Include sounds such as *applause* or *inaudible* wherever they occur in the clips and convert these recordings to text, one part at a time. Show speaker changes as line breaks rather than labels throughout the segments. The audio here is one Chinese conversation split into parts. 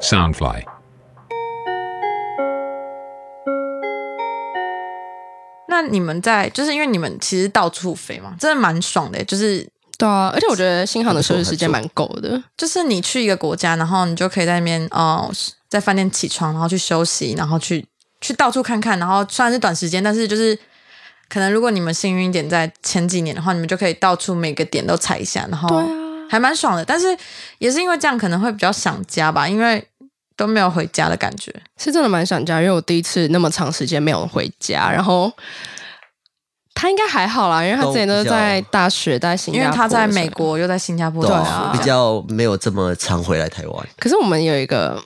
Soundfly.
那你们在就是因为你们其实到处飞嘛，真的蛮爽的。欸就是
对啊，而且我觉得新航的休息时间蛮够的，
就是你去一个国家，然后你就可以在那边哦、呃在饭店起床，然后去休息，然后去去到处看看。然后虽然是短时间，但是就是可能如果你们幸运一点，在前几年的话，你们就可以到处每个点都踩一下，然后
对啊
还蛮爽的。但是也是因为这样，可能会比较想家吧，因为都没有回家的感觉。
是真的蛮想家，因为我第一次那么长时间没有回
嗯
家，然后。他应该还好啦，因为他之前都是在大学，在新加
因
坡，
为他在美。国，又在新加坡，
对
啊
啊，
比
比
较。
比较没有这么常回来台湾。
可是我们有一个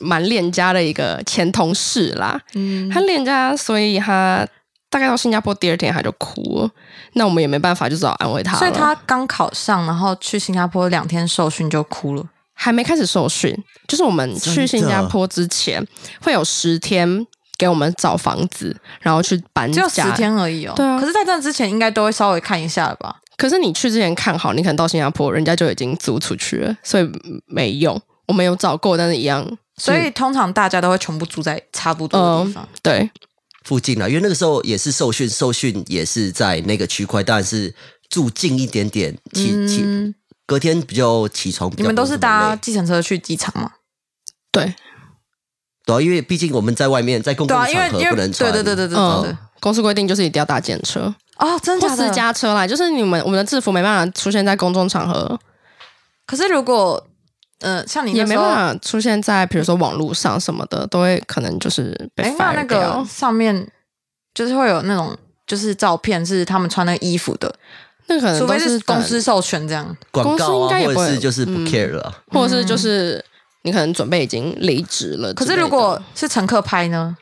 蛮恋家的一个前同事啦，
嗯
他恋家，所以他大概到新加坡第二天他就哭了，那我们也没办法，就只好安慰他了。
所以他刚考上，然后去新加坡两天受训就哭了。
还没开始受训，就是我们
真的
去新加坡之前会有十天给我们找房子，然后去搬
只
家。
有十，天而已哦。
对啊
可是在这之前应该都会稍微看一下了吧？
可是你去之前看好，你可能到新加坡人家就已经租出去了，所以没用。我们有找过，但是一样，
所以通常大家都会全部住在差不多
呃
的地方。
对
附近啊啦，因为那个时候也是受训，受训也是在那个区块，当然是住近一点点，起起、
嗯，
隔天比较起床比较
你们都是搭
不会那么累
计程车去机场吗？
对，
对、啊，因为毕竟我们在外面在公
对
共
啊，因为
场合
因为
不
对
能穿，
对对对对对
嗯
对。
公司规定就是一定要搭建车
哦，真的
或
假
私
的？
家车啦，就是你们我们的制服没办法出现在公众场合，
可是如果呃，像你那
也没
时候
办法出现在比如说网络上什么的，都会可能就是被
哎，那
fire
那
掉
个上面就是会有那种就是照片是他们穿那个衣服的，
那
嗯
可能
除
都
非是公
等
司授权这样。
广告
公司应
啊，
该也
或
不会
者是就是不
嗯
care 了啊、
或者是就是你可能准备已经离职了
可
之类的。
是如果是乘客拍呢，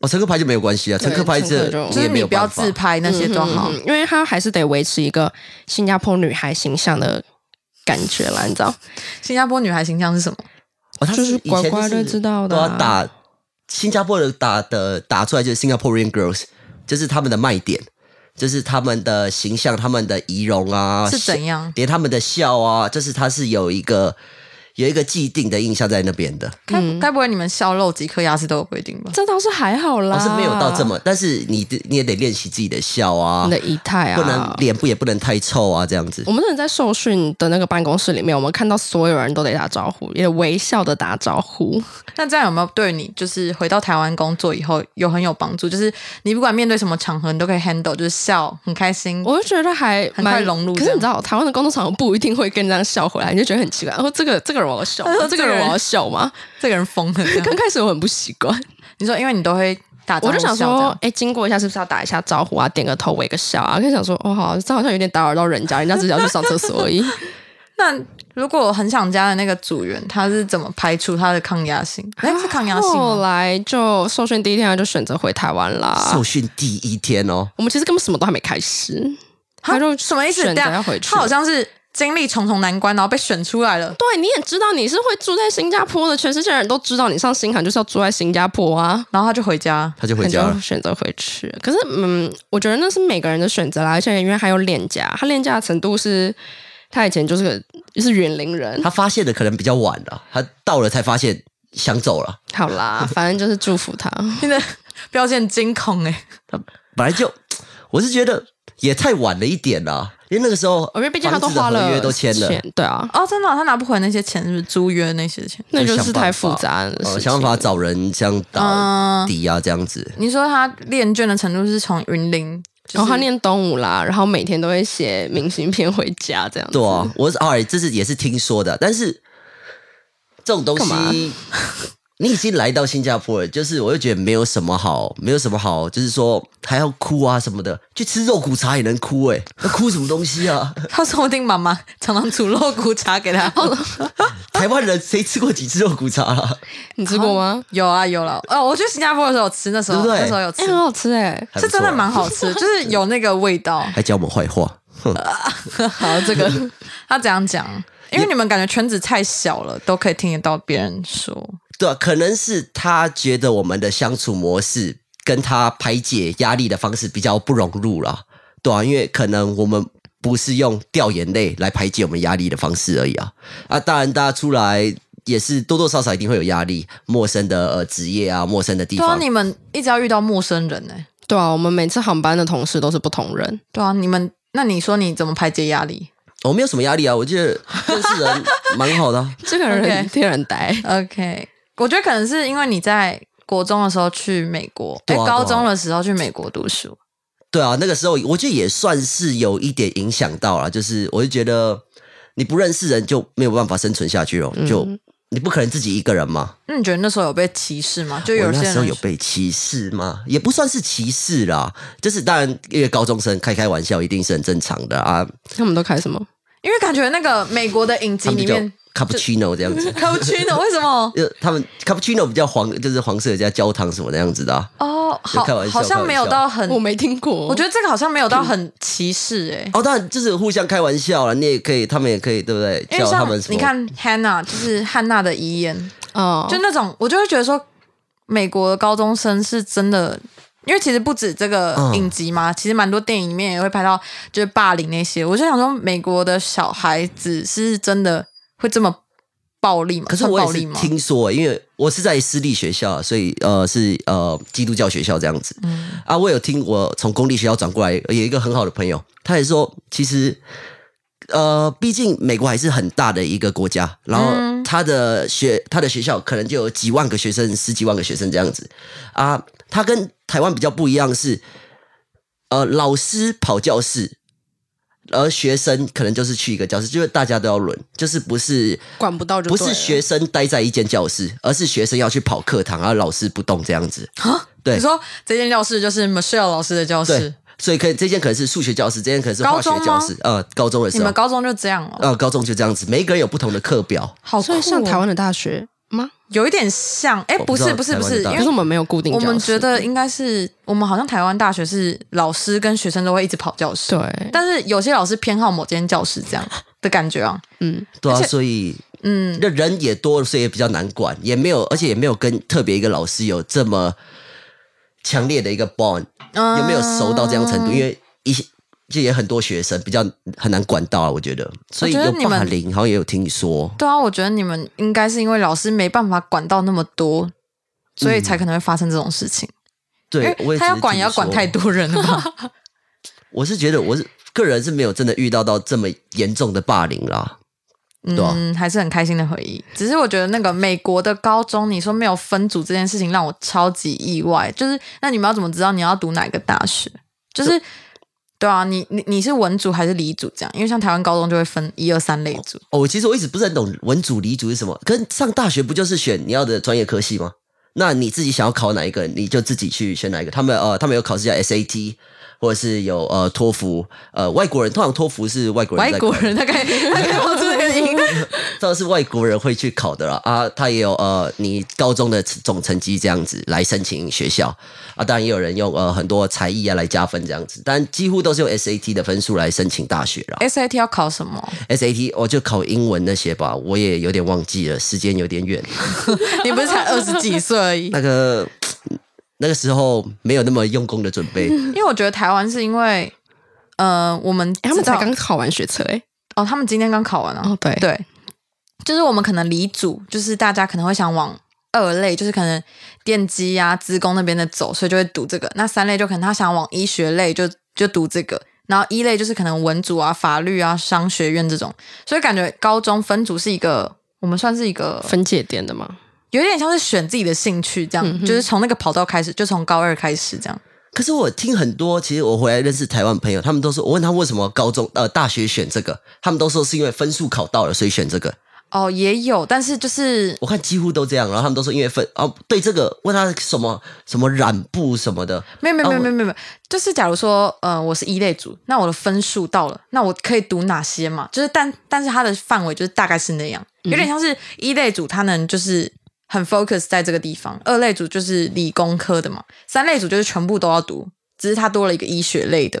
哦，乘客牌就没有关系啊，
对
乘客牌
乘
这
客就
就是
也没
你
有
不要
办法
自拍那些都好。
嗯嗯嗯因为他还是得维持一个新加坡女孩形象的感觉啦，你知道？
新加坡女孩形象是什么？
哦，他
就是
以前
乖乖
就是
就知道的
都
啊
要打新加坡的打的打出来就是 Singaporean girls，就是他们的卖点，就是他们的形象、他们的仪容啊，
是怎样
连他们的笑啊，就是他是有一个有一个既定的印象在那边的，
该该不会你们笑肉几颗牙齿都有规定吧？
嗯这倒是还好啦，
哦
哦我是没有到这么，但是你你也得练习自己的笑啊
你的，仪态啊，
不能脸部也不能太臭啊，这样子
我。们真的在受训的那个办公室里面，我们看到所有人都得打招呼，也微笑的打招呼。
那这样有没有对你就是回到台湾工作以后有很有帮助？就是你不管面对什么场合，你都可以 handle，就是笑很开心。
我就觉得还
嗯很快
蛮
融入
可
这
是
样，
你知道，台湾的工作场合不一定会跟这样笑回来，你就觉得很奇怪。然后这个这个人我要笑吗
*laughs*
哦这个人我要笑吗？
这个人疯了这样
*laughs* 刚开始我很不习惯，
你说因为你都会打招
我
呼
就想
笑这
说
样，，
哎、经过一下是不是要打一下招呼啊，点个头，微个笑啊？可是想说，哦，好，这好像有点打扰到人家，人家只是要去上厕所而已。
那如果很想家的那个组员，他是怎么排除他的抗压性？ *laughs* 哎，是抗压性
啊后
吗？
来就受训第一天，他就选择回台湾啦
受。训第一天哦，
我们其实根本什么都还没开始，
哈
他就
什么意思？
选择
啊
等一下
要回去
他好像是经历重重难关，然后被选出来了。
对，你也知道你是会住在新加坡的，全世界人都知道你上新航就是要住在新加坡啊。
然后他就回家，
他就回家
他
了
就。选择回去。可是，嗯，我觉得那是每个人的选择啦，而且因为还有恋家，他恋家的程度是，他以前就是个就是远邻人。
他发现的可能比较晚了，他到了才发现想走了，
好啦，反正就是祝福他。
现在 *laughs* 标签惊恐哎、
本来就我是觉得也太晚了一点啦，因为那个时候，
哦因为毕竟他都花
合
了
约都签了，
钱对啊，
哦，真的哦、他拿不回那些钱，是不是租约那些钱？
那就是
想办
太
法
复杂的事
呃，
情。
想办法找人这样打
嗯
底啊，这样子。
你说他练卷的程度是从云林，就是
哦
然后他念东吴啦，然后每天都会写明信片回家这样子。
对啊，我是哎，这是也是听说的，但是这种东
干嘛
西， *laughs* 你已经来到新加坡了，就是我就觉得没有什么好，没有什么好，就是说还要哭啊什么的，去吃肉骨茶也能哭哎、那哭什么东西啊？
*laughs*
*laughs*
他说不定妈妈常常煮肉骨茶给他。
哦台湾人谁吃过几次肉骨
*laughs*
茶啊？
你吃过吗？
有啊有了、哦，我去新加坡的时候有吃，那时候
对不对
那时候有吃
哎、，很好吃哎、
还不
是真的
错啊啊
蛮好吃，
*laughs*
就是有那个味道。
还讲我们坏话。哼，
好，这个
他怎样讲？因为你们感觉圈子太小了，都可以听得到别人说。
对啊、可能是他觉得我们的相处模式跟他排解压力的方式比较不融入啦，对啊，因为可能我们不是用掉眼泪来排解我们压力的方式而已啊。啊，当然大家出来也是多多少少一定会有压力，陌生的呃职业啊，陌生的地
对啊，
方，
你们一直要遇到陌生人呢、
对啊，我们每次航班的同事都是不同人，
对啊，你们那你说你怎么排解压力
我、没有什么压力啊，我觉得认识人蛮好
*laughs*
的啊、
这个人
OK
很天然呆。
？OK，我觉得可能是因为你在国中的时候去美国，
对
在
啊对啊
高中的时候去美国读书，
对啊，那个时候我觉得也算是有一点影响到了，就是我就觉得你不认识人就没有办法生存下去哦，就
嗯
你不可能自己一个人嘛。
那你觉得那时候有被歧视吗？就
我
有些
那时候
人
有被歧视吗？也不算是歧视啦，就是当然因为高中生开开玩笑一定是很正常的啊，
他们都开什么？
因为感觉那个美国的影集
他们
里
比较
面
cappuccino 这样子。
c a p p
*laughs*
为什么？
呃，他们 cappuccino 比较黄，就是黄色加焦糖什么那样子的、啊。
哦，好
开玩，笑
好像没有到很，
嗯我
我
没听过。
觉得这个好像没有到很歧视哎、
*laughs* 哦，当然就是互相开玩笑了，你也可以，他们也可以，对不对？
因为
叫他
像
们什么？
你，看 Hannah 就是汉娜的遗言，
得，哦，
就那种我就会觉得说，美国的高中生是真的，因为其实不止这个
嗯
影集嘛，其实蛮多电影里面也会拍到就是霸凌那些。我就想说，美国的小孩子是真的会这么暴力吗？
可是
算
我也
暴
是
力吗？
听说，欸因为我是在私立学校啊，所以呃是呃基督教学校这样子。
嗯
啊，我有听我从公立学校转过来，有一个很好的朋友，他也说，其实呃，毕竟美国还是很大的一个国家，然
嗯
后他的学他的学校可能就有几万个学生，十几万个学生这样子啊。他跟台湾比较不一样是，呃，老师跑教室。而学生可能就是去一个教室，就是大家都要轮，就是不是
管不到就
不
对
是
啊
了
学生待在一间教室，而是学生要去跑课堂，而老师不动这样子。对
你说这间教室就是 Michelle 老师的教
对啊
室，，
所以可以这间可能是数学教室，这间可能是化学
高中吗
教室，呃，高中的
你
时候
们，高中就这样哦，
呃，高中就这样子，每一个人有不同的课表。
好酷、
所
哦。
以像
啊
台湾的大学吗？
有一点像，哎，
我
不
不知
是
道
不是
台
不
湾
是，
的大
因为
可
学
是我们没有固定
我
教室。
们觉得应该是我们好像台湾大学是老师跟学生都会一直跑教室，
对，
但是有些老师偏好某间教室这样的感觉啊。
嗯，
对啊
而，且
所以
嗯，
那人也多，所以也比较难管，也没有，而且也没有跟特别一个老师有这么强烈的一个 bond，有
有
没有熟到这样
啊
程度？因为一些就也很多学生比较很难管到啊，我觉得，所以
我觉得
有
你们
霸凌，好像也有听说，
对啊，我觉得你们应该是因为老师没办法管到那么多，所以才可能会发生这种事情。
嗯对，
因
我
为
也
他
只
要
是
管
听
也要管
说
太多人了
*laughs*
吧？
我是觉得我是个人是没有真的遇到到这么严重的霸凌啦。对啊
嗯，还是很开心的回忆。只是我觉得那个美国的高中，你说没有分组这件事情让我超级意外。就是那你们要怎么知道你要读哪个大学？就是对啊，你你你是文组还是理组这样？因为像台湾高中就会分一二三类组，
哦，其实我一直不是很懂文组、理组是什么。跟上大学不就是选你要的专业科系吗？那你自己想要考哪一个，你就自己去选哪一个。他们呃，他们有考试叫 SAT，或者是有呃托福。呃，外国人通常托福是外国人
外
在考
国人大概大概跑出这个音。
当然是外国人会去考的啦啊，他也有呃，你高中的总成绩这样子来申请学校啊，当然也有人用呃很多才艺啊来加分这样子，但几乎都是用 SAT 的分数来申请大学啦。
SAT 要考什么？
SAT 我、就考英文那些吧，我也有点忘记了，时间有点
*laughs*
远。
你不是才二十几岁而已？
那个那个时候没有那么用功的准
*laughs*
备，
因为我觉得台湾是因为，呃，我们
诶他们
知道
才刚考完学测哎。
哦，他们今天刚考完啊。
哦，对，
对，就是我们可能离组，就是大家可能会想往二类，就是可能电机啊、资工那边的走，所以就会读这个。那三类就可能他想往医学类就，就读这个。然后一类就是可能文组啊、法律啊、商学院这种，所以感觉高中分组是一个，我们算是一个
分界点的嘛。
有点像是选自己的兴趣这样，就是从那个跑道开始，就从高二开始这样。
可是我听很多，其实我回来认识台湾朋友，他们都说，我问他为什么高中呃大学选这个，他们都说是因为分数考到了，所以选这个。
哦，也有，但是就是
我看几乎都这样，然后他们都说因为分哦，对这个问他什么什么染布什么的，
没有没有
啊
没有
我
没有没有，就是假如说，呃，我是一类组，那我的分数到了，那我可以读哪些嘛？就是但但是它的范围就是大概是那样，有点像是一类组，它能就是很 focus 在这个地方；二类组就是理工科的嘛，三类组就是全部都要读，只是它多了一个医学类的，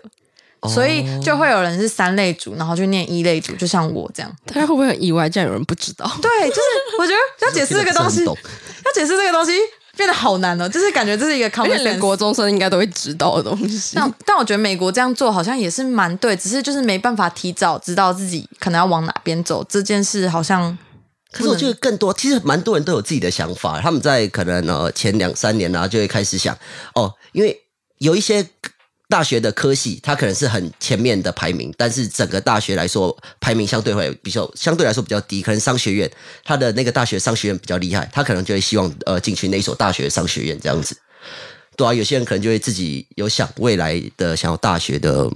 所以就会有人是三类组，然后去念一类组，就像我这样。
大家会不会很意外？竟然有人不知道？
对，就是我觉得要解释这个东
*laughs*
西，
真的
要
不是很懂
解释这个东西变得好难哦，就是感觉这是一个 common
而且
sense
连国中生应该都会知道的东西。
但但我觉得美国这样做好像也是蛮对，只是就是没办法提早知道自己可能要往哪边走这件事，好像
可是我觉得更多，其实蛮多人都有自己的想法，他们在可能呃前两三年啊，就会开始想哦，因为有一些大学的科系，它可能是很前面的排名，但是整个大学来说排名相对会比较相对来说比较低，可能商学院它的那个大学商学院比较厉害，他可能就会希望呃进去那一所大学商学院这样子。对啊，有些人可能就会自己有想未来的想要大学的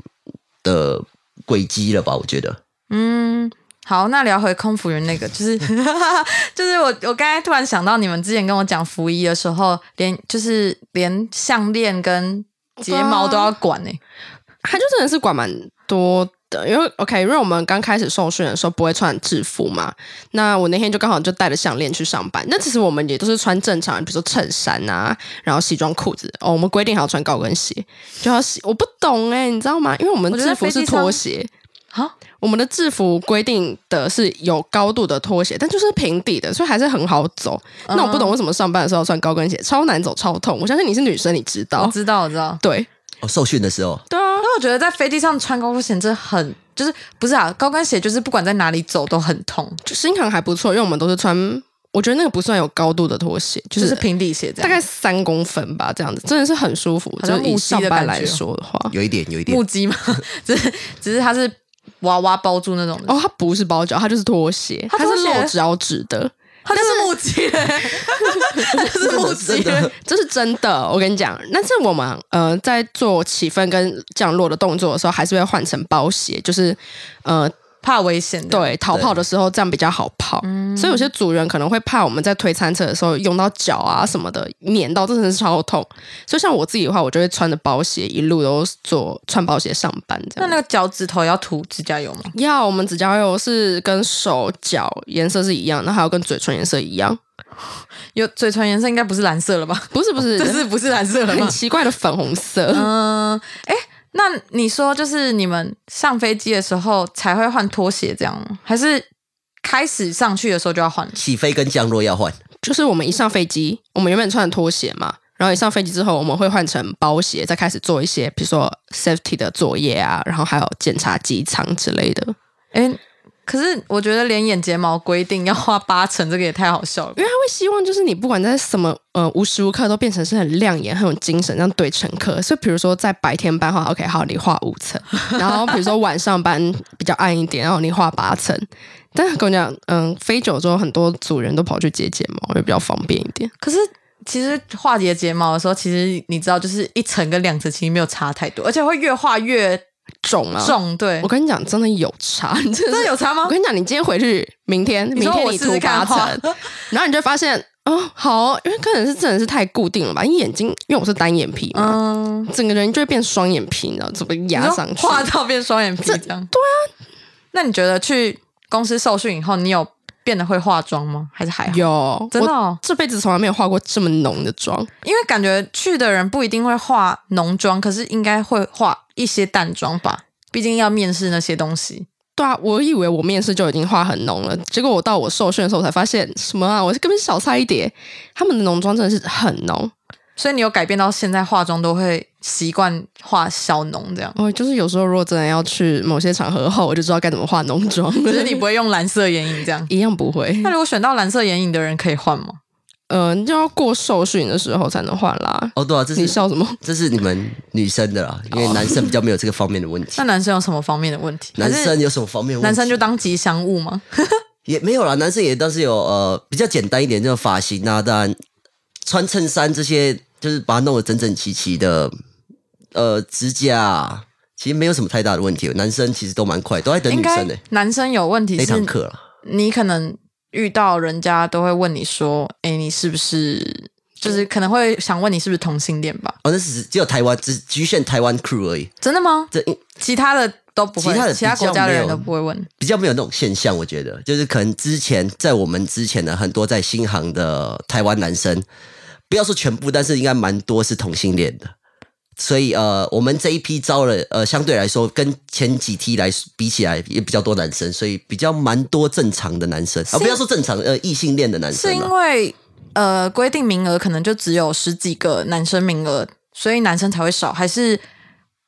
的轨迹了吧？我觉得，
嗯，好，那聊回空服员那个，就是 *laughs* 就是我我刚才突然想到，你们之前跟我讲服仪的时候，连就是连项链跟睫毛都要管欸呢、
他就真的是管蛮多的，因为 OK，因为我们刚开始受训的时候不会穿制服嘛，那我那天就刚好就戴了项链去上班。那其实我们也都是穿正常，比如说衬衫啊，然后西装裤子。哦，我们规定还要穿高跟鞋，就要洗。我不懂哎、你知道吗？因为我们
我觉得
制服是
飞机上
拖鞋，
啊，
我们的制服规定的是有高度的拖鞋，但就是平底的，所以还是很好走。那我不
嗯
懂为什么上班的时候要穿高跟鞋，超难走，超痛。我相信你是女生，你知
我
道。
知道，我啊知道。
对
哦，受训的时候，
对啊，
但我觉得在飞机上穿高跟鞋真的很，就是不是啊？高跟鞋就是不管在哪里走都很痛，
就新航还不错，因为我们都是穿，我觉得那个不算有高度的拖鞋，就
就是
是
平底鞋这
大
样。
概三公分吧，这样子真的是很舒服。
好
就
像
是以
木屐
上
的
班
感
来
觉
说的话，
有一点，有一点
木，屐 *laughs* 嘛，只是只是它是娃娃包住那种的，
哦，它不是包脚，它就是拖鞋，
它
它
拖
是
鞋
露脚趾的， *laughs*
它就是木 *laughs* 屐嘞，它就是木屐
真
*laughs*
的
嘞。
这是真的。我跟你讲，但是我们呃在做起分跟降落的动作的时候，还是会换成包鞋，就是呃
怕危险的。
对逃跑的时候这样比较好跑。
嗯
所以有些组员可能会怕我们在推餐车的时候用到脚啊什么的，碾到真的是超痛。所以像我自己的话，我就会穿着包鞋一路都做穿包鞋上班这
那
样子。
那个脚趾头要涂指甲油吗？
要我们指甲油是跟手脚颜色是一样，那还有跟嘴唇颜色一样，
有嘴唇颜色应该不是蓝色了吧？
不是不是，
哦这是不是蓝色了
很
吗？
奇怪的粉红色。
嗯，哎、那你说就是你们上飞机的时候才会换拖鞋这样吗？还是开始上去的时候就要换？
起飞跟降落要换。
就是我们一上飞机，我们原本穿的拖鞋嘛，然后一上飞机之后，我们会换成包鞋，再开始做一些比如说 safety 的作业啊，然后还有检查机舱之类的。
哎、可是我觉得连眼睫毛规定要画八层，这个也太好笑了吧
因。为他会希望就是你不管在什么呃无时无刻都变成是很亮眼、很有精神，这样对乘客。所以比如说在白天班的话，OK，好，你画五层， *laughs* 然后比如说晚上班比较暗一点，然后你画八层。但是跟我讲，嗯，飞久之后很多组人都跑去接睫毛，也比较方便一点。
可是其实画你的睫毛的时候，其实你知道，就是一层跟两层其实没有差太多，而且会越画越
重啊，。
重。对
我，跟你讲，真的有差， *laughs* 你真的
真的有差吗
我？跟你讲，你今天回去，明天，
你
明
说
天
我
你
试
涂
试
八
看
层
画，
然后你就会发现，哦，好哦因为可能是真的是太固定了吧，因为眼睛，因为我是单眼皮嘛，
*laughs*
*laughs*
嗯，
整个人就会变双眼皮，你知道怎么
你
压
说
上去？
画到变双眼皮这样。对啊，那你觉得去公司受训以后，你有变得会化妆吗？还是还好？
有，
真的
我
哦
这辈子从来没有化过这么浓的妆。
因为感觉去的人不一定会化浓妆，可是应该会化一些淡妆吧，毕竟要面试那些东西。
对啊，我以为我面试就已经化很浓了，结果我到我受训的时候才发现，什么啊，我是根本小菜一碟。他们的浓妆真的是很浓，
所以你有改变到现在化妆都会习惯化小浓这
*laughs*
样，
哦，就是有时候如果真的要去某些场合后，我就知道该怎么化浓 *laughs* 妆了。。
只是你不会用蓝色眼影这样
*laughs*
一样不会
那，如果选到蓝色眼影的人可以换吗？
嗯、就要过受训的时候才能换啦。
哦，对啊，这
你
是
笑什么？
这是你们女生的啦，因为男生比较没有这个方面的问题
那。男生有什么方面的问题？
男
还哦是
生有什么方面的问题？
男生就当吉祥物吗？
也没有啦，男生也倒是有呃比较简单一点，就是发型啊，当然穿衬衫这些，就是把它弄得整整齐齐的。呃，指甲啊其实没有什么太大的问题，男生其实都蛮快，都在等
应
女
该
生呢、
男生有问题
那堂
是，
课了，
你可能遇到人家都会问你说：“哎，你是不是？”就是可能会想问你是不是同性恋吧？
哦，那是只只有台湾，只局限台湾 crew 而已，
真的吗？
这
其他的都不会，
其他的比较
国家的
没有
人都不会问。
比较没有那种现象，我觉得就是可能之前在我们之前的很多在新航的台湾男生，不要说全部，但是应该蛮多是同性恋的。所以呃，我们这一批招了呃，相对来说跟前几梯来比起来也比较多男生，所以比较蛮多正常的男生啊，不要说正常呃异性恋的男
是
生
因
啊，
为呃规定名额可能就只有十几个男生名额，所以男生才会少，还是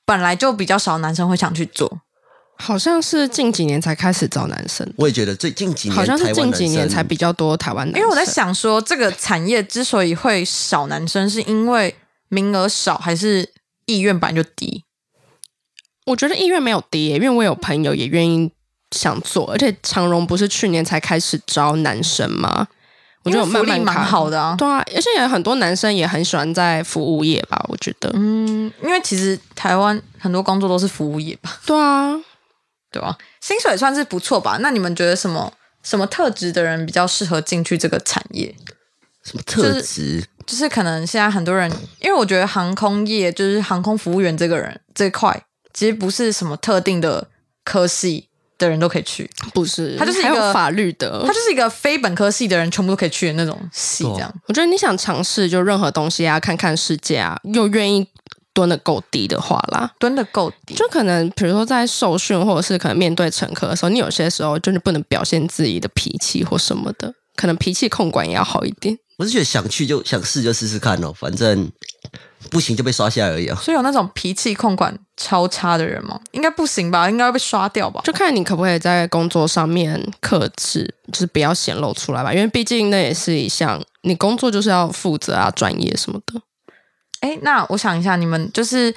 本来就比较少男生会想去做？
好像是近几年才开始招男生，
我也觉得最近几年
好像是
台湾
近
男
几年
生
才比较多台湾男生。
因为我在想说，这个产业之所以会少男生，是因为名额少还是意愿本来就低？
我觉得意愿没有低耶、因为我有朋友也愿意想做，而且长荣不是去年才开始招男生吗？我觉得有
因为
慢
福利
慢
蛮
看
好的啊。
对啊，而且也有很多男生也很喜欢在服务业吧，我觉得。
嗯，因为其实台湾很多工作都是服务业吧，
对啊，
对吧？薪水算是不错吧？那你们觉得什么什么特质的人比较适合进去这个产业？
什么特质，
就是可能现在很多人，因为我觉得航空业就是航空服务员这个人这一块，其实不是什么特定的科系的人都可以去，
不是，
他就是一
还
个
有法律的
他。就是一个非本科系的人全部都可以去的那种系，
啊
这样。
我觉得你想尝试就任何东西啊，看看世界啊，又愿意蹲的够低的话啦，
蹲的够低，
就可能比如说在受训或者是可能面对乘客的时候，你有些时候就是不能表现自己的脾气或什么的，可能脾气控管也要好一点。
我是觉得想去就想试就试试看哦，反正不行就被刷下来而已啊。
所以有那种脾气控管超差的人吗？应该不行吧，应该会被刷掉吧。
就看你可不可以在工作上面克制，就是不要显露出来吧，因为毕竟那也是一项你工作就是要负责啊、专业什么的。
哎，那我想一下，你们就是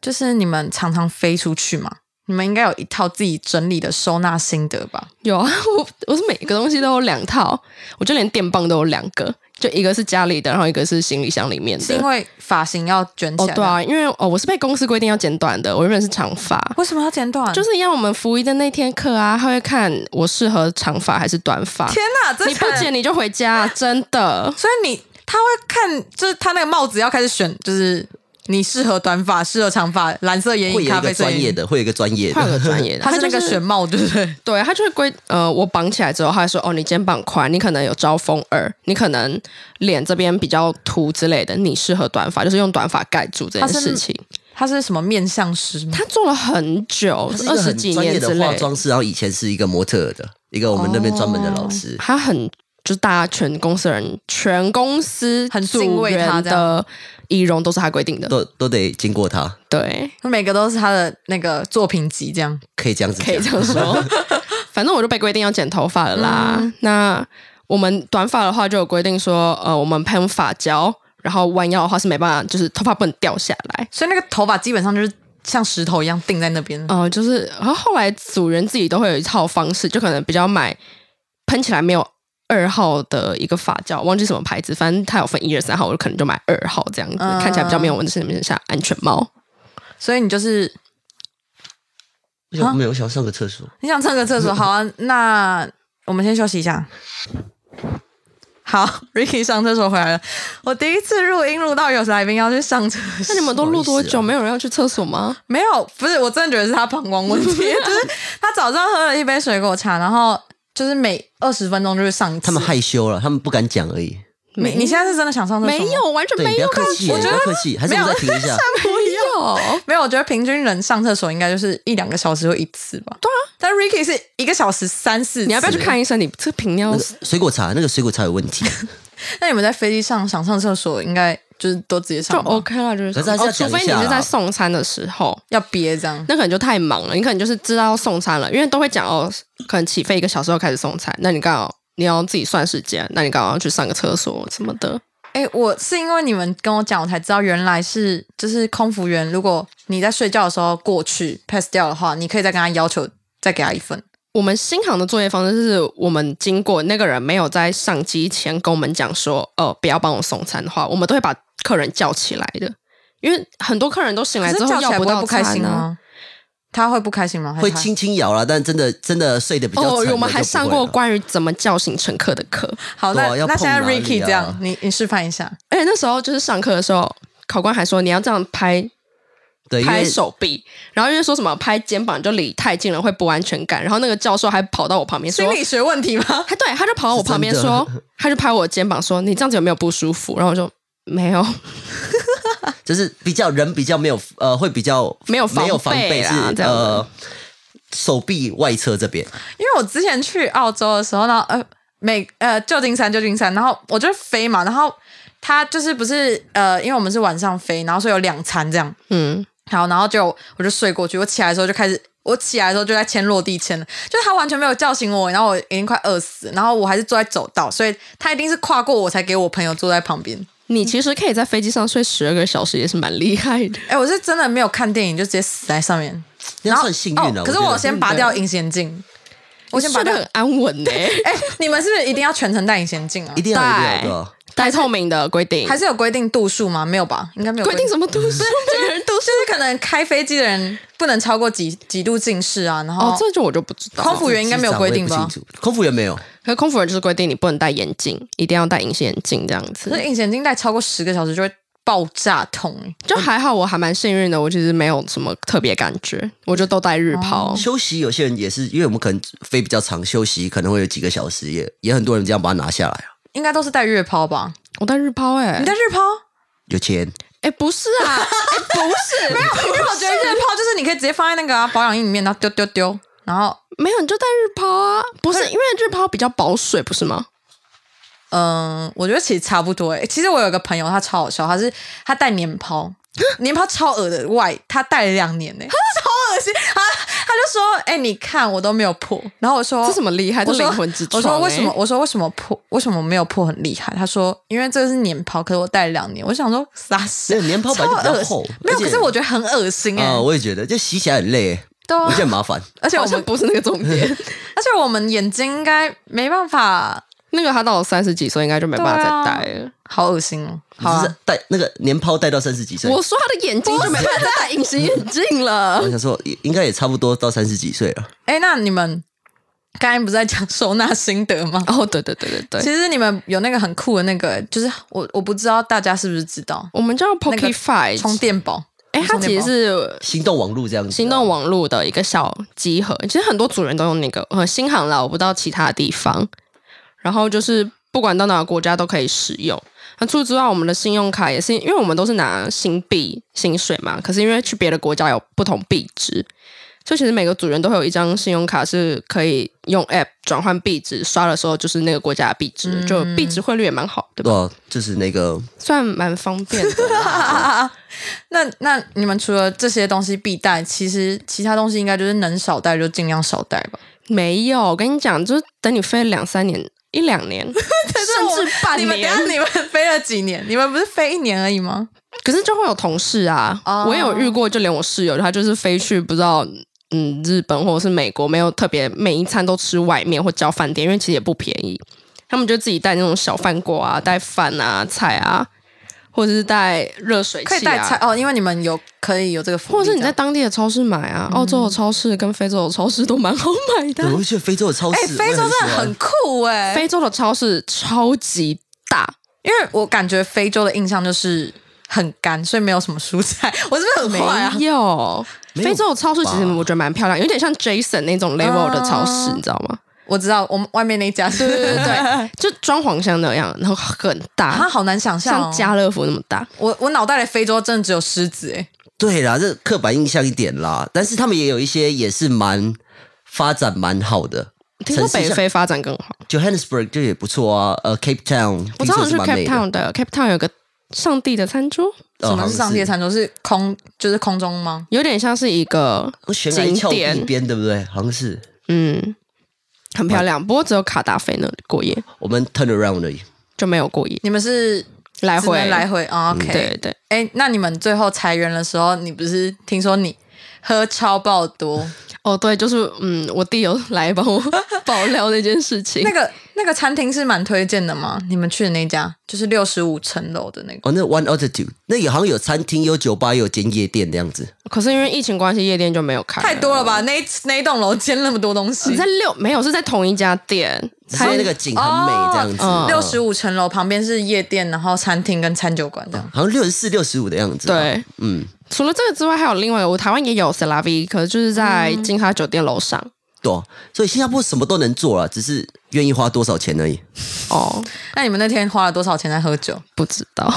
就是你们常常飞出去嘛，你们应该有一套自己整理的收纳心得吧？
有啊， *laughs* 我我是每个东西都有两套，我就连电棒都有两个，就一个是家里的，然后一个是行李箱里面
是因
的。
为发型要卷起
哦
来、，
对，啊，因为哦我是被公司规定要剪短的，我原本是长发， *laughs*
为什么要剪短？
就是要我们服役的那天课啊，他会看我适合长发还是短发。
天哪，这
你不
才
剪你就回家，啊真 *laughs* 的。
所以你他会看，就是他那个帽子要开始选，就是你适合短发、适合长发、蓝色
哎
眼
会
影、
有
咖
一
啡
个
色眼
专
影
业，的，会有一个专业
换个
的，
专
*laughs*
业的，
他是那
就
个选帽，对不对？
对，他就会规呃，我绑起来之后，他说哦，你肩膀宽，你可能有招风耳，你可能脸这边比较凸之类的，你适合短发，就是用短发盖住这件
他是
事情。
他是什么面相师吗？
他做了很久
他是，一
二
个
十
很
几
专业
年之
的化
类，
妆师，然后以前是一个模特儿的一个我们那边专门的老师。
他很就是大家全公司人，全公司
很敬畏他
组员
这样
的仪容都是他规定的，
都都得经过他，
对，
每个都是他的那个作品集，这样
可以这样子
可以
讲
这。样说。 *laughs* 嗯反正我就被规定要剪头发了啦。那我们短发的话就有规定说，呃，我们喷发胶，然后弯腰的话是没办法，就是头发不能掉下来。
所以那个头发基本上就是像石头一样定在那边。
呃，就是然后后来组员自己都会有一套方式，就可能比较买喷起来没有二号的一个发胶，忘记什么牌子，反正它有分一二三号，我可能就买二号这样子，
嗯
看起来比较没有蚊子，面像安全帽。
所以你就是
我想没有，我想要上个厕所。
你想上个厕所，好啊，那我们先休息一下。好，Ricky 上厕所回来了。我第一次录音录到有来宾要去上厕所，
那你们都录多
不好意思
久？
啊
没有人要去厕所吗？
没有，不是，我真的觉得是他膀胱问题， *laughs* 就是他早上喝了一杯水果茶，然后就是每二十分钟就会上一次。
他们害羞了，他们不敢讲而已。
你你现在是真的想上厕所？
没，有，啊完全
对，你
没
不
有
要客气，不要客气，还是我们再停一
*laughs*
下。
没有。
没有。我觉得平均人上厕所应该就是一两个小时会一次吧。对啊，但 Ricky 是一个小时三四次。
你要不要去看医生？你这频尿
那个水果茶，那个水果茶有问题，
那你们在飞机上想上厕所，应该就是都直接
就
上吧，
OK 了，就是
可是还是要
哦，除
讲一下
非你是
啦
在送餐的时候，
要憋这样。
那可能就太忙了，你可能就是知道要送餐了，因为都会讲哦，可能起飞一个小时后开始送餐，那你刚好你要自己算时间，那你刚好要去上个厕所什么的。
哎、我是因为你们跟我讲，我才知道原来是就是空服员，如果你在睡觉的时候过去 pass 掉的话，你可以再跟他要求再给他一份。
我们新航的作业方式是我们经过那个人没有在上机前跟我们讲说，哦，不要帮我送餐的话，我们都会把客人叫起来的，因为很多客人都醒
可
来
是
之后
叫起
要
来
到
会不开
餐
心
啊？
吗？他会不开心吗？还是
会
他
轻轻摇啦，但真的真的睡得比较
哎哦
沉。，
我们还上过。关于怎么叫醒乘客的课，
好，那、
对啊要
那
碰
现在
哪里
Ricky
啊
这样，你你示范一下，
而且那时候就是上课的时候，考官还说你要这样拍
对，哎因
拍
为
手臂，然后因为说什么拍肩膀就离太近了会不安全感，然后那个教授还跑到我旁边说
心，理学问题吗？ *laughs*
他对他就跑到我旁边
是真的
说，他就拍我肩膀说你这样子有没有不舒服？然后我就没有，
就是比较人比较没有呃，会比较
没有防
没有防
备啊
备是
啦这样子
呃手臂外侧这边，
因为我之前去澳洲的时候呢，呃，美呃旧金山旧金山，然后我就飞嘛，然后他就是不是呃，因为我们是晚上飞，然后所以有两餐这样，
嗯，
好，然后就我就睡过去，我起来的时候就开始我起来的时候就在签落地签了，就是他完全没有叫醒我，然后我已经快饿死，然后我还是坐在走道，所以他一定是跨过我才给我朋友坐在旁边。
你其实可以在飞机上睡十二个小时，也是蛮厉害的。
哎、我是真的没有看电影就直接死在上面，
那
然后
算幸运了、
哦。可是
觉得
我先拔掉隐形眼镜，我先
睡
拔
得
掉。
很安稳欸呢、
哎、你们是不是一定要全程戴隐形镜啊
一？定要一定要
戴
对吧？
戴透明的规定，
还是有规定度数吗？没有吧？应该没有
规定什么度数？每个人度数
就是可能开飞机的人不能超过几几度近视啊，然后、
*laughs* 哦，这就我就不知道。
空服员应该没有规定
我也
吧
不？清楚？空服员没有，
可是空服人就是规定你不能戴眼镜，一定要戴隐形眼镜这样子
可。是隐形眼镜戴超过十个小时就会爆炸痛、欸
就还好，我还蛮幸运的，我其实没有什么特别感觉，我就都戴日抛。
哦
休息有些人也是，因为我们可能飞比较长，休息可能会有几个小时，也也很多人这样把它拿下来啊，
应该都是戴月抛吧？
我戴日抛哎、
你戴
欸，
日抛？ *laughs*
有钱。
哎、不是啊，哎、不是，没有，
因为我觉得日抛就是你可以直接放在那个、啊、保养液里面，然后丢丢丢，然后
没有，你就戴日抛啊，不是因为日抛比较保水，不是吗？
嗯，我觉得其实差不多诶、其实我有个朋友，他超好笑，他是他戴年
*laughs*
抛，年抛超恶的外，他戴了两年呢、欸，超恶心啊！他就说：“哎、你看我都没有破。”然后我说：“
这什么厉害
我
这
说
灵魂之
我说
窗
为什么？
欸
我说为什么破？为什么没有破很厉害？他说：“因为这个是年抛，可是我戴了两年。”我想说傻
那
事，
年抛本
超
来就
恶
比较
心
厚，，
没有。
而且
可是我觉得很恶心哎、
啊、我也觉得，就洗起来很累，
对
我
啊
觉，得很麻烦。
而且我
呃好像
们
不是那个重
*laughs*
点。
而且我们眼睛应该没办法，
那个他到了三十几岁，应该就没办法再戴了。
好恶心哦。好、
你
啊
是，带那个年抛带到三十几岁，
我
我
说他的眼睛就没办法再戴隐形眼镜了。
想说也应该也差不多到三十几岁了。
哎、那你们刚才不是在讲收纳心得吗？
哦，对对对对对，
其实你们有那个很酷的那个，就是我我不知道大家是不是知道
我们叫
那个
Pocket Five
充电宝？
哎，它
充电
其
宝
实是
心动网络这样子、啊
行动，网络的一个小集合，其实很多主人都用那个，呃，新航啦，我不知道其他地方。然后就是不管到哪个国家都可以使用。那除此之外，我们的信用卡也是，因为我们都是拿新币薪水嘛，可是因为去别的国家有不同币值，所以其实每个主人都会有一张信用卡是可以用 App 转换币值，刷的时候就是那个国家的币值，就币值汇率也蛮好，对吧？
对啊、就是那个
算蛮方便的 *laughs* 啦。啊
那那你们除了这些东西必带，其实其他东西应该就是能少带就尽量少带吧。
没有，我跟你讲，就是等你飞两三年、一两
*laughs*
年，甚至半
你们等
年
一，下你们飞了几年？你们不是飞一年而已吗？
可是就会有同事啊，
哦
我也有遇过，就连我室友，他就是飞去不知道嗯日本或者是美国，没有特别每一餐都吃外面或叫饭店，因为其实也不便宜，他们就自己带那种小饭锅啊，带饭啊、菜啊，或者是带热水器、啊，
可以带菜哦，因为你们有可以有这个福利，
或者是你在当地的超市买
嗯
啊，澳洲的超市跟非洲的超市都蛮好买的啊
对，。我会去非洲的超市，
啊哎、非洲真
我也
的
喜欢
很酷哎、
非洲的超市超级大，
因为我感觉非洲的印象就是很干，所以没有什么蔬菜。我是不是很坏啊？
没有，
没有
非洲的超市其实
吧
我觉得蛮漂亮，有点像 Jason 那种 level 的超市，
啊
你知道吗？
我知道，我们外面那一家
对对
是，
对对，就装潢像那样，然后很
*laughs* 啊，
大，
好难想象、
像
哦。
家乐福那么大。
我我脑袋里非洲真的只有狮子哎、
对啦，这刻板印象一点啦。但是他们也有一些也是蛮发展蛮好的，
听说
城市
北
像
非发展更好，
Johannesburg 就也不错啊，呃，Cape Town，
我常常去
听说是蛮
Cape
美的
Town 的，Cape Town 有个上帝的餐桌，
呃
什么
好像
是上帝的餐桌？是空就是空中吗？
有点像是一个
悬崖
景
峭壁
点，
边，对不对？好像是
嗯，很漂亮。不过只有卡达菲那里过夜，
我们 turn around 而已。
就没有过夜，
你们是
来
只能
回
来。回、哦、？OK，
对对，
哎、那你们最后裁员的时候，你不是听说你喝超爆多？
哦对，就是嗯，我弟有来帮我 *laughs* 爆料那件事情
*laughs* 那。个那个餐厅是蛮推荐的吗？你们去的那家就是六十五层楼的那个。
哦，那 One Altitude 那也好像有餐厅、有酒吧、也有间夜店的样子。
可是因为疫情关系，夜店就没有开，
太多了？吧？那一那一栋楼兼那么多东西
哦你，在六没有是在同一家店，
所以那个景很美，这样子，
哦嗯
六十五层楼旁边是夜店，然后餐厅跟餐酒馆这样。
好像六十四、六十五的样子。，
啊
对，
嗯，
除了这个之外，还有另外一个，我台湾也有 Celavi，可是就是在
嗯
金沙酒店楼上、
对啊。所以新加坡什么都能做了，只是愿意花多少钱而已。
哦，
那你们那天花了多少钱在喝酒？
不知道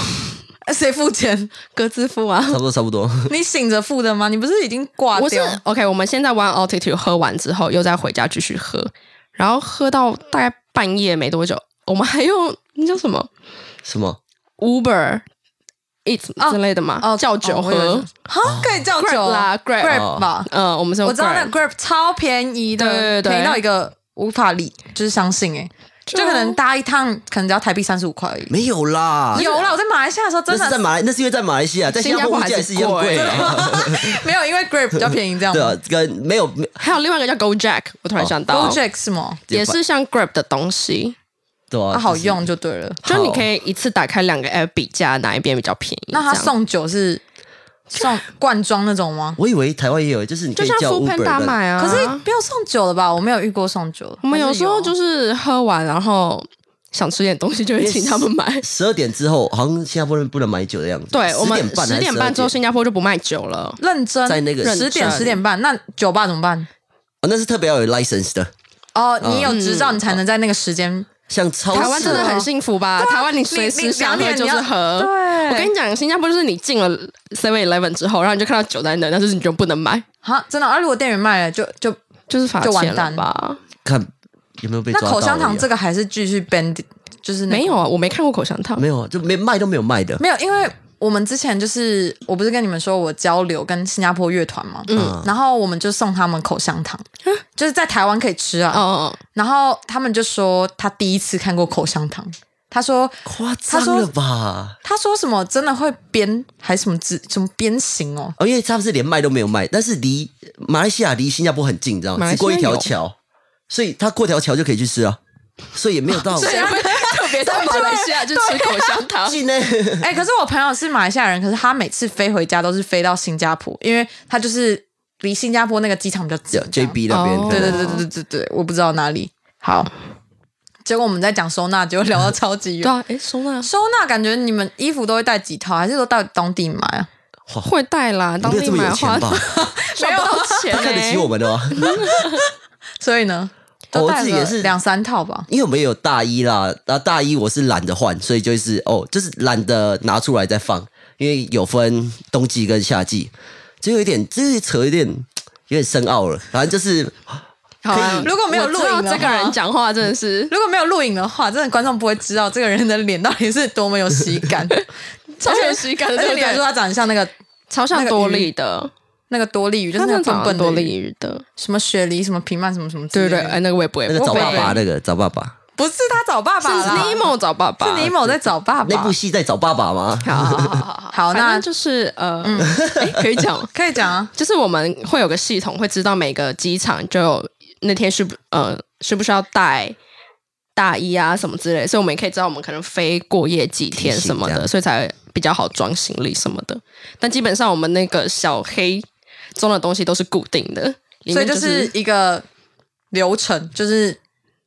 呃 *laughs* 谁付钱？
各自付啊。
差不多，差不多。 *laughs*
你醒着付的吗？你不是已经挂
我是
掉？
OK，我们现在 One Altitude 喝完之后，又再回家继续喝，然后喝到大概半夜没多久，我们还用那叫什么
什么？
Uber eat 之类的嘛，
哦，
叫酒
哦我以为
喝
是。哈，可以叫
Grab
酒
啦，Grab
Grab 吧，
嗯，我们是用
哦我知道那
Grab
Grab 超便宜的，
对对对
便宜到一个无法理，就是相信哎、就可能搭一趟可能只要台币三十五块而已。
没有啦，
有啦，我在马来西亚的时候真
那是在
的
马来，那是因为在马来西亚，在新加坡物价也是一样贵啊。
没有，因为 Grab 比较便宜这样 *laughs*
*laughs* 对
吗
啊，跟没有没
还有另外一个叫 GoJack，我突
哦
然想到，
，Gojek 是吗？
也是像 Grab 的东西，
对啊，
它好
就是
用哦就对了。
就你可以一次打开两个 app 比价哪一边比较便宜。
那它
这样
送酒是送罐装那种吗？
我以为台湾也有，就是你可
就
以
像
叫
f o o
Uber
大
的
买啊，
可是不要送酒了吧？我没有遇过送酒的。
我们有时
啊
候就是喝完然后想吃点东西，就会请他们买。
十二点之后，好像新加坡人不能买酒的样子。
对，我们
10点半还
10
是
点半之后，
12
新加坡就不卖酒了。
认真
在那个
十点
认真
十点半，那酒吧怎么办？
哦那是特别要有 license 的，
哦，你有执照，你才能在那个时间。
像超市
台湾真的
啊
很幸福吧？台湾你随时想喝就是喝。
对
我跟你讲，新加坡就是你进了 Seven Eleven 之后，然后你就看到酒在那，但是你就不能买，
好，真的啊！如果店员卖了，就就
就是罚
就完
钱了
蛋
吧？
看有没有被
那
抓到而已啊。
口香糖这个还是继续 ban，就是那个
没有啊，我没看过口香糖。
没有啊，就没卖都没有卖的。
没有，因为我们之前就是我不是跟你们说我交流跟新加坡乐团嘛，嗯，然后我们就送他们口香糖，就是在台湾可以吃啊，
哦哦，哦
然后他们就说他第一次看过口香糖，他说
夸张了吧？
他说什么真的会编还是什么字什么鞭刑哦，
哦，因为他们是连卖都没有卖，但是离马来西亚离新加坡很近，你知道
马
吗？
来西亚
只过一条
有
桥，所以他过条桥就可以去吃啊，所以也没有
*laughs* 啊
到
谁会特别到马来西亚就吃口香糖？
近呢。
哎、可是我朋友是马来西亚人，可是他每次飞回家都是飞到新加坡，因为他就是离新加坡那个机场比较近
有。JB 那边，
哦
这样对对对对对对，我不知道哪里。好，结果我们在讲收纳，结果聊到超级
对
远。
啊，哎，收纳
收纳感觉你们衣服都会带几套，还是都到当地买啊？
会带啦，当
没有
地
这么
买的
有
话
钱吧？
赚不到钱
他看得起
欸
我们的
*laughs*
哦吗？
所以呢，
哦
都
我
带
自己也
了
是
两三套吧。
因为我们也有大衣啦，那大衣我是懒得换，所以就是哦，就是懒得拿出来再放，因为有分冬季跟夏季，这有一点，这扯有点有点深奥了。反正就是
好啊
可以
如果没有录影的话
我知道这个人讲话真的是，
如果没有录影的话，真的观众不会知道这个人的脸到底是多么有喜感，
*laughs* 超有喜感的
而且
对不
你
对
还说他长得像那个
超像多利的，
那个多利鱼，就是那
那
个笨笨的
多
鱼
利鱼的，
什么雪梨什么平曼什么什么之
对
类的，
对，哎，那个我也不会，
那个找爸爸
的，
那个找爸爸
不是他找爸爸啦，
是尼莫找爸爸，
是尼。莫在找爸
那部
爸。
戏在找爸爸吗？
好好好好好，
好，
反
那
正就是呃， *laughs* 哎，可以讲吗，
可以讲啊。
就是我们会有个系统，会知道每个机场就有那天需不呃需不需要带大衣啊什么之类，所以我们也可以知道我们可能飞过夜几天什么
提醒这
的，
样
所以才比较好装行李什么的。但基本上我们那个小黑装的东西都是固定的，里
所以
面
就
就是
是一个流程，就是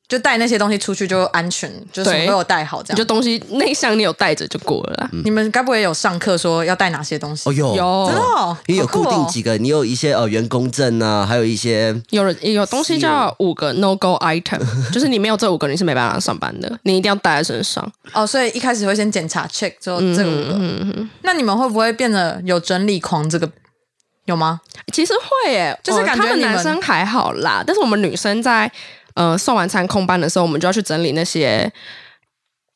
就带那些东西出去就安全，就什么
对
都有带好这
你就
样。
东西那一箱你有带着就过了啦。
你们该不会有上课说要带哪些东西？
哦有
有
真的哦，
因为有
好酷
固
哦
定几个，你有一些呃员工证啊，还有一些
有人有东西叫五个 no go *laughs* item，就是你没有这五个你是没办法上班的，你一定要带在身上。
哦，所以一开始会先检查 check 之后
嗯
这五个。那你们会不会变得有整理狂？这个有吗？
其实会耶，
就是
哦
感觉
他们
你们
男生还好啦，但是我们女生在呃送完餐空班的时候，我们就要去整理那些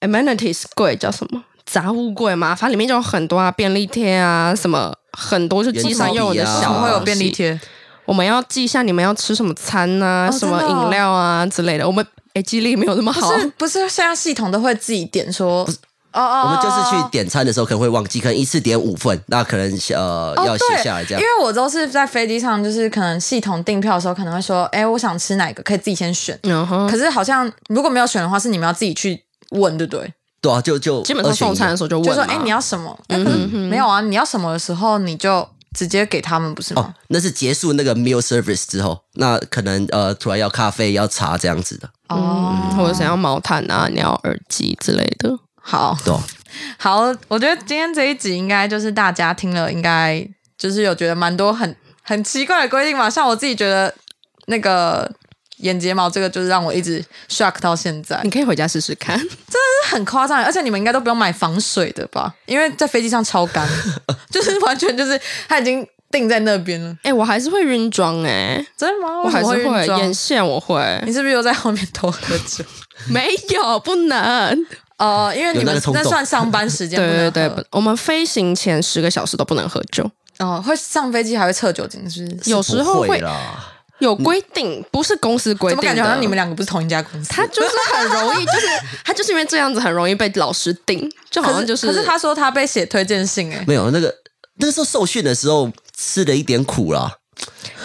amenities 柜叫什么杂物柜嘛，反正里面就有很多啊，便利贴啊，什么很多就机上用的
圆珠笔啊
怎
小
哦么会有
东西
便利，贴？
我们要记一下你们要吃什么餐啊，
哦
什么
真的哦
饮料啊之类的。我们哎记忆力没有那么好
不，是不是，现在系统都会自己点说。哦哦，
我们就是
哦
去点餐的时候可能会忘记，可能一次点五份，那可能呃、
哦，
要
对，
写下来这样
因。为我都是在飞机上，就是可能系统订票的时候，可能会说，哎、我想吃哪个，可以自己先选。
然
嗯
后
可是好像如果没有选的话，是你们要自己去问，对不对？
对啊，就就
基本上
二选一
送餐的时候就问
就
嘛，
说，哎、你要什么？哎、可
嗯
是没有啊，你要什么的时候，你就直接给他们，不是吗？
哦，那是结束那个 meal service 之后，那可能呃突然要咖啡要茶这样子的，
哦，
嗯，或者想要毛毯啊，你要耳机之类的。
好
对啊、
好，我觉得今天这一集应该就是大家听了，应该就是有觉得蛮多很很奇怪的规定嘛。像我自己觉得那个眼睫毛这个，就是让我一直 shock 到现在。
你可以回家试试 *laughs* 看。
很夸张，而且你们应该都不用买防水的吧？因为在飞机上超
*laughs*
干，就是完全就是它已经定在那边了。
哎、我还是会晕妆哎、
真的吗？
我还是
为什么
会
*laughs* 晕妆
*laughs* 眼线，我会
你是不是又在后面偷喝酒？
没有不能
*laughs* 哦，因为你
有那
们
个冲
那
动
算上班时间，
对 *laughs* 对对，
不
不
能喝
我们飞行前十个小时都不能喝酒，
哦，会上飞机还会测酒精，是不是？
有时候
不
会
啦。
有规定，不是公司规
怎
定
么感
的。
觉好像你们两个不是同一家公司？
他就是很容易，就是他就是因为这样子很容易被老师定，就好
可
像
是
就是
可是他说他被写推荐信，哎，
没有那个那时候受训的时候吃了一点苦啦，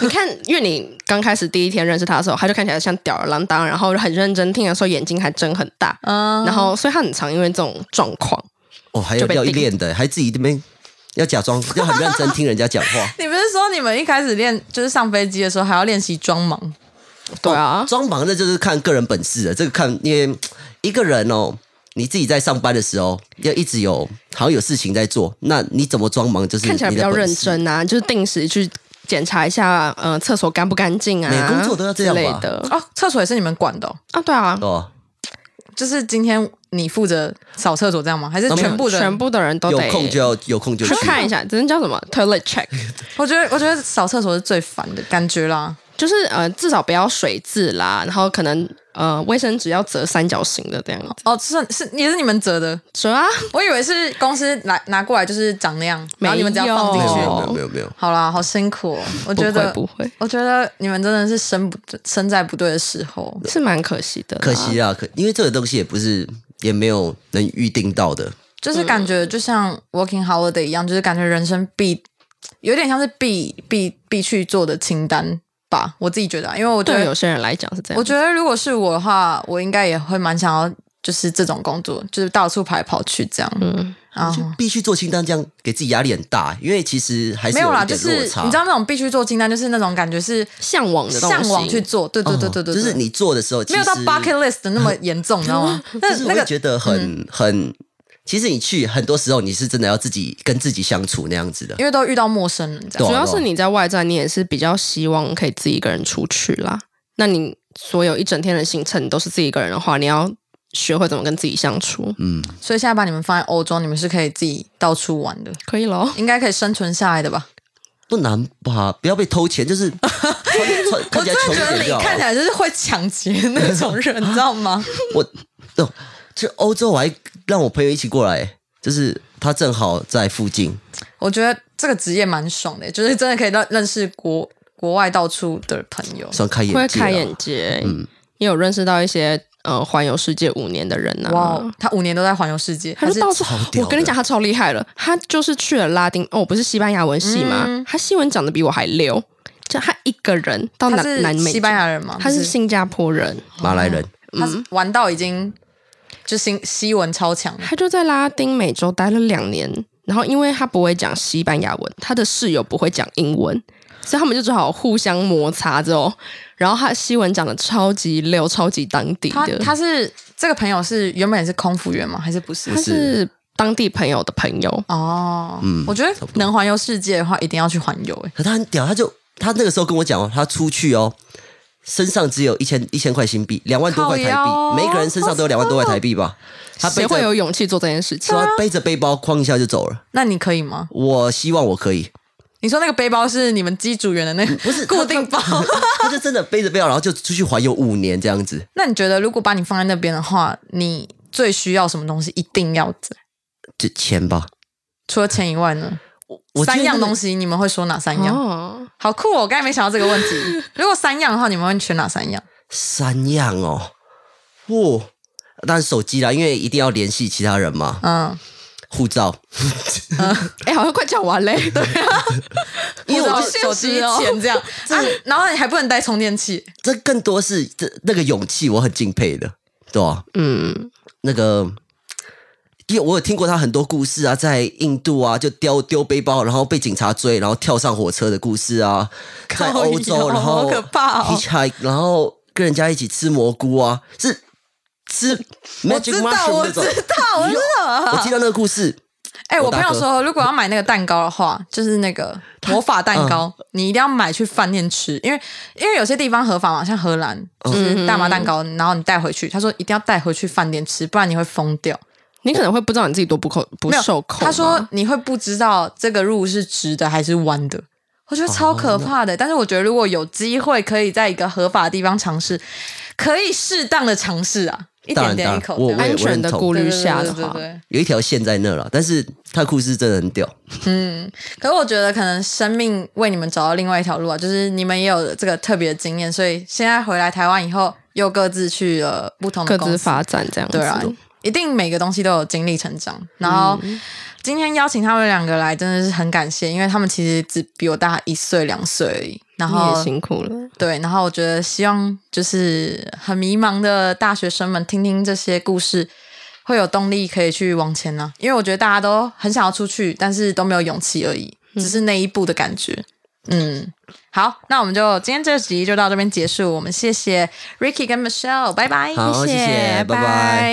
你看，因为你刚开始第一天认识他的时候，他就看起来像吊儿郎当，然后很认真听的时候眼睛还睁很大，
嗯，。
然后所以他很常因为这种状况，
哦，还
就
有
被
要
定
练的，还自己这边要
*laughs*
假装要很认真听人家讲话
你不是说你们一开始练就是上飞机的时候还要练习装忙？
对啊，
装忙那就是看个人本事了，这个看因为一个人哦，你自己在上班的时候要一直有好像有事情在做，那你怎么装忙就是
看起来
你
比
的
较
本
认
事。
真啊，就是定时去检查一下，呃，厕所干不干净啊，
每工作都要这样
之
吧
类的
哦，厕所也是你们管的、哦，
啊，对啊，
哦，
就是今天你负责扫厕所这样吗？还是全部的？
全。部的人都
有
得
空就要有空就
去
去
看一下，这叫什么 toilet
*laughs*
check，
我觉得，我觉得扫厕所是最烦的感觉啦。
就是呃，至少不要水渍啦，然后可能呃，卫生纸要折三角形的这样
哦，是是也是你们折的，
折啊，
我以为是公司拿拿过来就是长那样，然后你们只要放
没
进
有没
去。
有没有没有没有，
好啦，好辛苦哦，我觉得
不会不会
我觉得你们真的是生不生在不对的时候。
是蛮可惜的啦，
可惜啊，可因为这个东西也不是也没有能预定到的。
就是感
嗯
觉就像 Working Holiday 一样，就是感觉人生必有点像是必必必去做的清单吧。我自己觉得啊、因为我觉
对有
得，
些人来讲是这样，
我觉得如果是我的话，我应该也会蛮想要就是这种工作，就是到处跑来跑去这样。嗯，然后
就必须做清单，这样给自己压力很大，因为其实还是
没有啦，
一
就
点
是
落
你知
差。
道那种必须做清单，就是那种感觉是
向往的东西
向往去做，对对对对对，
哦就
对
是你做的时候，其
没
实嗯
有到 bucket list 的那么严重，你知道吗？
*laughs*
那
就是
那
我会
个嗯
觉得很、很，其实你去很多时候你是真的要自己跟自己相处那样子的。
因为都遇到陌生人这样。
对啊
主要是你在外站，你也是比较希望可以自己一个人出去啦。那你所有一整天的行程你都是自己一个人的话，你要学会怎么跟自己相处，
嗯，
所以现在把你们放在欧洲，你们是可以自己到处玩的，
可以喽。
应该可以生存下来的吧？
不难吧？不要被偷钱，就是
*laughs* 觉得你
穿穿看起来穷一点就好
看起。来就是会抢劫那种人，你知道吗？
我哦，就欧洲我还让我朋友一起过来，就是他正好在附近，
我觉得这个职业蛮爽的，就是真的可以认认识国国外到处的朋友。
算开眼界啊嗯
会
了。
开
啊
眼界，也有认识到一些呃环游世界五年的人呐、啊
哇哦，他五年都在环游世界，
他
还
就是到处
超，屌
我跟你
的
讲，他超厉害了。他就是去了拉丁，哦，不是西班牙文系嘛，
嗯
他西文讲的比我还溜。就他一个人到
他
南南
是
美洲，
西班牙人吗？
他
不
是新加坡人，
马来人，
他是玩到已经就新西文超强，
他就在拉丁美洲待了两年，然后因为他不会讲西班牙文，他的室友不会讲英文，所以他们就只好互相摩擦之后，然后他西文讲的超级溜，超级当地
他
的，
他是这个朋友是原本也是空服员吗？还是不是
他？是当地朋友的朋友，
哦，我觉得
不多
能环游世界的话，一定要去环游。哎，
可他很屌，他就他那个时候跟我讲哦，他出去哦，身上只有一千一千块新币，两万多块台
靠
币，
腰
每个人身上都有两万多块台币吧。他背
谁会
着
有啊勇气做这件事情？
啊
哦
他背着背包哐一下就走了。
那你可以吗？
我希望我可以，
你说那个背包是你们机组员的那个
不
*laughs*
是
固定包？
他他 *laughs* 他就真的背着背包，然后就出去环游五年这样子。
那你觉得如果把你放在那边的话，你最需要什么东西？一定要的，
就钱吧，
除了钱以外呢？
我
三样东
西，
西你们会说哪三样？
哦，
好酷、哦！我刚才没想到这个问 *laughs* 题。如果三样的话，你们会选哪三样？
三样哦，哦，当然手机啦，因为一定要联系其他人嘛，
嗯，
护照，
哎、好像快讲完嘞，对啊，
因
为我
手机
好现实哦
钱这样、 *laughs* 啊，然后你还不能带充电器，
这更多是这那个勇气，我很敬佩的，对吧、
嗯，
那个，因为我有听过他很多故事啊，在印度啊，就丢丢背包，然后被警察追，然后跳上火车的故事啊，在
靠
欧
腰
洲，然后
好可怕哦
hitchhike，然后跟人家一起吃蘑菇啊，是吃 magic
知道
mushroom
我
那种。
知道我知道
我听到那个故事，
哎、我
我
朋
大
友
哥
说，如果要买那个蛋糕的话，就是那 *laughs* 个魔法蛋糕，你一定要买去饭店吃，因为因为有些地方合法嘛，像荷兰就是大麻蛋糕，然后你带回去，他说一定要带回去饭店吃，不然你会疯掉。
你可能会不知道你自己多不口不
没有
受控吗。
他说你会不知道这个路是直的还是弯的，我觉得超可怕的。但是我觉得如果有机会可以在一个合法的地方尝试，可以适当的尝试啊，一
当然
点点一口
当然
这样
我也
安全的顾虑下的
对对对
话
对，对
有一条线在那了，但是他的故事真的很屌。
可是我觉得，可能生命为你们找到另外一条路啊，就是你们也有这个特别的经验，所以现在回来台湾以后，又各自去了不同的
各
公司
自发展这样子。
对啊，一定每个东西都有经历成长。然后、今天邀请他们两个来，真的是很感谢，因为他们其实只比我大一岁两岁而已。然
你
后
也辛苦了。
对，然后我觉得希望就是很迷茫的大学生们听听这些故事，会有动力可以去往前呢、因为我觉得大家都很想要出去，但是都没有勇气而已，只是那一步的感觉。嗯，好，那我们就今天这集就到这边结束，我们谢谢 Ricky 跟 Michelle，拜拜，
好谢谢拜拜
拜